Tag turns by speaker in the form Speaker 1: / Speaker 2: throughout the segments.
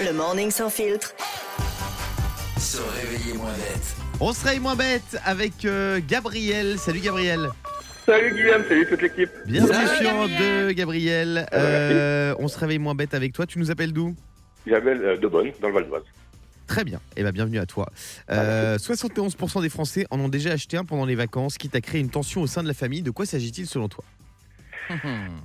Speaker 1: Le morning sans filtre.
Speaker 2: Se réveiller moins bête.
Speaker 3: On se raye moins bête avec euh, Gabriel. Salut Gabriel.
Speaker 4: Salut Guillaume, salut toute l'équipe.
Speaker 3: Bienvenue
Speaker 1: Salut,
Speaker 3: sur
Speaker 1: Gabriel.
Speaker 3: Europe 2, Gabriel.
Speaker 4: Salut,
Speaker 3: Euh, on se réveille moins bête avec toi. Tu nous appelles d'où
Speaker 4: J'appelle euh, Bonne dans le Val
Speaker 3: Mm.
Speaker 4: d'Oise.
Speaker 3: Très bien. Eh bien, bienvenue à toi.
Speaker 5: Bah,
Speaker 3: Euh, 71% des Français en ont déjà acheté un pendant les vacances, quitte à créer une tension au sein de la famille. De quoi s'agit-il selon toi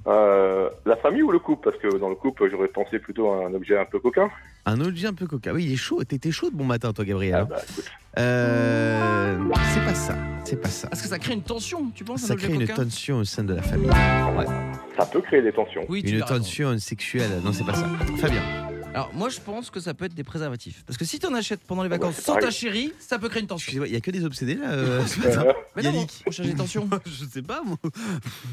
Speaker 4: Euh, la famille ou le couple Parce que dans le couple, j'aurais pensé plutôt à un objet un peu coquin.
Speaker 3: Un objet un peu coca. Oui, il est chaud. T'étais chaud de bon matin, toi, Gabriel.
Speaker 4: Ah
Speaker 3: hein.
Speaker 4: bah écoute,
Speaker 3: Euh, c'est pas ça. C'est pas ça.
Speaker 5: Parce que ça crée une tension, tu penses un
Speaker 3: Ça
Speaker 5: objet
Speaker 3: crée une
Speaker 5: coquin
Speaker 3: tension au sein de la famille.
Speaker 4: ça peut créer des tensions.
Speaker 5: Oui, tu
Speaker 3: Une
Speaker 5: l'as raison.
Speaker 3: tension sexuelle. Non, c'est pas ça. Fabien.
Speaker 5: Alors moi je pense que ça peut être des préservatifs. Parce que si t'en achètes pendant les
Speaker 3: Oh,
Speaker 4: Ouais,
Speaker 5: vacances
Speaker 4: c'est
Speaker 5: sans
Speaker 4: pareil.
Speaker 5: ta chérie, ça peut créer une tension.
Speaker 3: Excusez-moi, il y a que des obsédés là euh, ce matin.
Speaker 4: Euh,
Speaker 5: Mais non,
Speaker 3: Yannick.
Speaker 5: on cherche des tensions.
Speaker 6: Je sais pas, moi.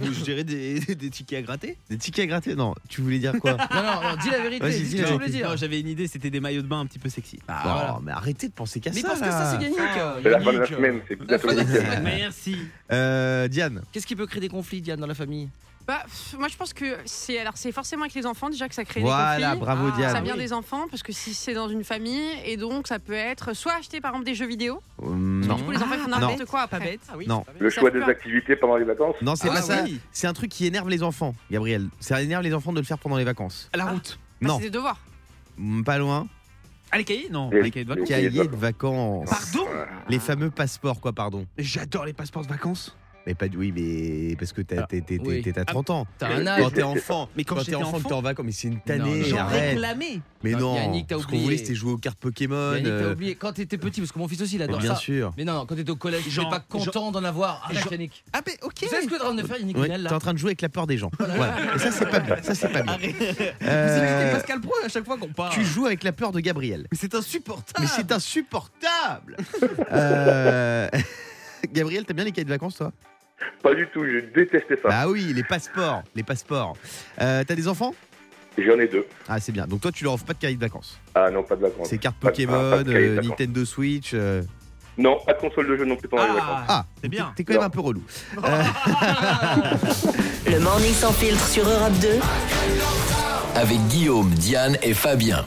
Speaker 6: Je dirais des, des tickets à gratter.
Speaker 3: Des tickets à gratter Non, tu voulais dire quoi
Speaker 5: Non, non, non, dis la vérité,
Speaker 3: Vas-y,
Speaker 5: dis ce
Speaker 3: dis
Speaker 5: que
Speaker 3: la
Speaker 5: tu voulais
Speaker 3: vérité.
Speaker 6: Non,
Speaker 5: dire.
Speaker 6: j'avais une idée, c'était des maillots de bain un petit peu sexy. Bah,
Speaker 3: Ah,
Speaker 5: voilà.
Speaker 3: oh, mais arrêtez de penser qu'à
Speaker 5: Mais
Speaker 3: ça.
Speaker 5: parce que
Speaker 3: là.
Speaker 5: ça c'est Yannick. euh,
Speaker 4: C'est la fin de la
Speaker 5: Yannick, euh,
Speaker 4: semaine, c'est
Speaker 5: la
Speaker 4: bientôt
Speaker 5: fin de
Speaker 4: le
Speaker 5: la
Speaker 4: week-end.
Speaker 5: semaine.
Speaker 6: Merci.
Speaker 3: Euh, Diane,
Speaker 5: Qu'est-ce qui peut créer des conflits, Diane, dans la famille
Speaker 7: Bah, pff, moi je pense que c'est alors c'est forcément avec les enfants déjà que ça crée des
Speaker 3: voilà,
Speaker 7: conflits.
Speaker 3: bravo
Speaker 5: Ah,
Speaker 7: Ça
Speaker 3: Diane.
Speaker 7: vient
Speaker 5: oui.
Speaker 7: des enfants parce que si c'est dans une famille et donc ça peut être soit acheter par exemple des jeux vidéo.
Speaker 3: Hum,
Speaker 7: Du
Speaker 3: non,
Speaker 7: coup les enfants font n'importe quoi
Speaker 5: Mmh. Pas
Speaker 7: après.
Speaker 5: bête. Ah oui,
Speaker 3: Non.
Speaker 5: c'est pas bête.
Speaker 4: Le
Speaker 7: Ça
Speaker 4: choix
Speaker 7: peut-
Speaker 4: des activités pendant les vacances.
Speaker 3: non, c'est
Speaker 5: Ah,
Speaker 3: pas ça.
Speaker 5: oui.
Speaker 3: C'est un truc qui énerve les enfants, Gabriel. Ça énerve les enfants de le faire pendant les vacances. Ah.
Speaker 6: La route.
Speaker 7: Bah,
Speaker 3: non,
Speaker 5: Ah,
Speaker 7: C'est des devoirs.
Speaker 3: hum, pas loin.
Speaker 6: Ah, les cahiers Non,
Speaker 4: Les-
Speaker 6: les cahiers de vacances.
Speaker 4: les- Cahier de
Speaker 3: Cahier de vacances.
Speaker 6: Pardon
Speaker 3: Les fameux passeports, quoi, pardon.
Speaker 6: J'adore les passeports de vacances.
Speaker 3: Mais pas du- oui, mais parce que t'as-
Speaker 6: Ah,
Speaker 3: t'es t'es-
Speaker 5: oui. ah,
Speaker 3: t'es à 30 ans.
Speaker 5: T'as un
Speaker 3: Quand
Speaker 5: âge.
Speaker 3: t'es enfant,
Speaker 6: Mais quand
Speaker 3: quand t'es
Speaker 6: j'étais
Speaker 3: enfant, que
Speaker 6: enfant-
Speaker 3: t'es en vacances, mais c'est une
Speaker 5: Non,
Speaker 3: tannée.
Speaker 5: non,
Speaker 6: J'en
Speaker 3: arrête.
Speaker 6: réclamais.
Speaker 3: Mais
Speaker 5: Non,
Speaker 3: non,
Speaker 5: Yannick, t'as
Speaker 3: ce qu'on voulait,
Speaker 5: oublié.
Speaker 3: c'était jouer aux cartes Pokémon.
Speaker 5: Yannick,
Speaker 3: euh,
Speaker 5: t'as oublié. Quand t'étais petit, parce que mon fils aussi il
Speaker 3: mais
Speaker 5: adore
Speaker 3: bien
Speaker 5: ça.
Speaker 3: sûr.
Speaker 5: Mais non, non, quand t'étais au collège, j'étais
Speaker 6: Genre-
Speaker 5: pas content d'en avoir. Arrête,
Speaker 6: Genre-
Speaker 5: Yannick.
Speaker 6: Ah, mais ok.
Speaker 5: Tu sais ce que t'es en train de faire, Yannick
Speaker 3: Ouais,
Speaker 5: Vinal,
Speaker 3: t'es
Speaker 5: là
Speaker 3: en train de jouer avec la peur des gens. Voilà. Et ça, c'est pas bien. Ça, c'est pas bien.
Speaker 6: Vous
Speaker 3: Euh,
Speaker 6: imitez Pascal Pro à chaque fois qu'on parle.
Speaker 3: tu joues avec la peur de Gabriel.
Speaker 6: Mais c'est insupportable.
Speaker 3: Mais c'est insupportable. Euh, Gabriel, t'aimes bien les cahiers de vacances, toi
Speaker 4: Pas du tout, je détestais ça.
Speaker 3: Bah oui, les passeports, les passeports. Euh, T'as des enfants
Speaker 4: J'en ai deux.
Speaker 3: Ah, c'est bien. Donc toi, tu leur offres pas de cahiers de vacances.
Speaker 4: Ah non, pas de vacances.
Speaker 3: C'est cartes
Speaker 4: Pas de-
Speaker 3: Pokémon,
Speaker 4: pas de cahiers de
Speaker 3: euh,
Speaker 4: vacances.
Speaker 3: Nintendo Switch. euh,
Speaker 4: Non, pas de console de jeu non plus pendant les vacances.
Speaker 3: Ah,
Speaker 6: Ah, c'est bien.
Speaker 3: T'es quand même
Speaker 4: Non.
Speaker 3: un peu relou.
Speaker 1: Le morning sans filtre sur Europe 2.
Speaker 2: Avec Guillaume, Diane et Fabien.